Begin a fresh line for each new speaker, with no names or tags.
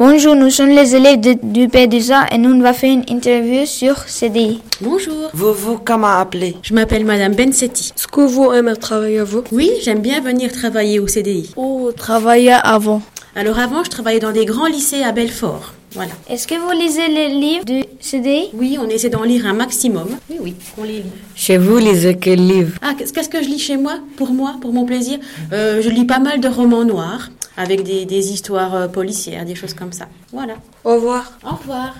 Bonjour, nous sommes les élèves de- du PDSA et nous on va faire une interview sur CDI.
Bonjour,
Vous vous comment appelez
je m'appelle Madame Bensetti.
Est-ce que vous aimez travailler avant
Oui, j'aime bien venir travailler au CDI.
ou travailler avant
Alors avant, je travaillais dans des grands lycées à Belfort. Voilà.
Est-ce que vous lisez les livres du CDI
Oui, on essaie d'en lire un maximum. Oui, oui, on les lit.
Chez vous, lisez quel livre
Ah, qu'est- qu'est-ce que je lis chez moi Pour moi, pour mon plaisir Euh, Je lis pas mal de romans noirs, avec des, des histoires euh, policières, des choses comme ça. Voilà.
Au revoir.
Au revoir.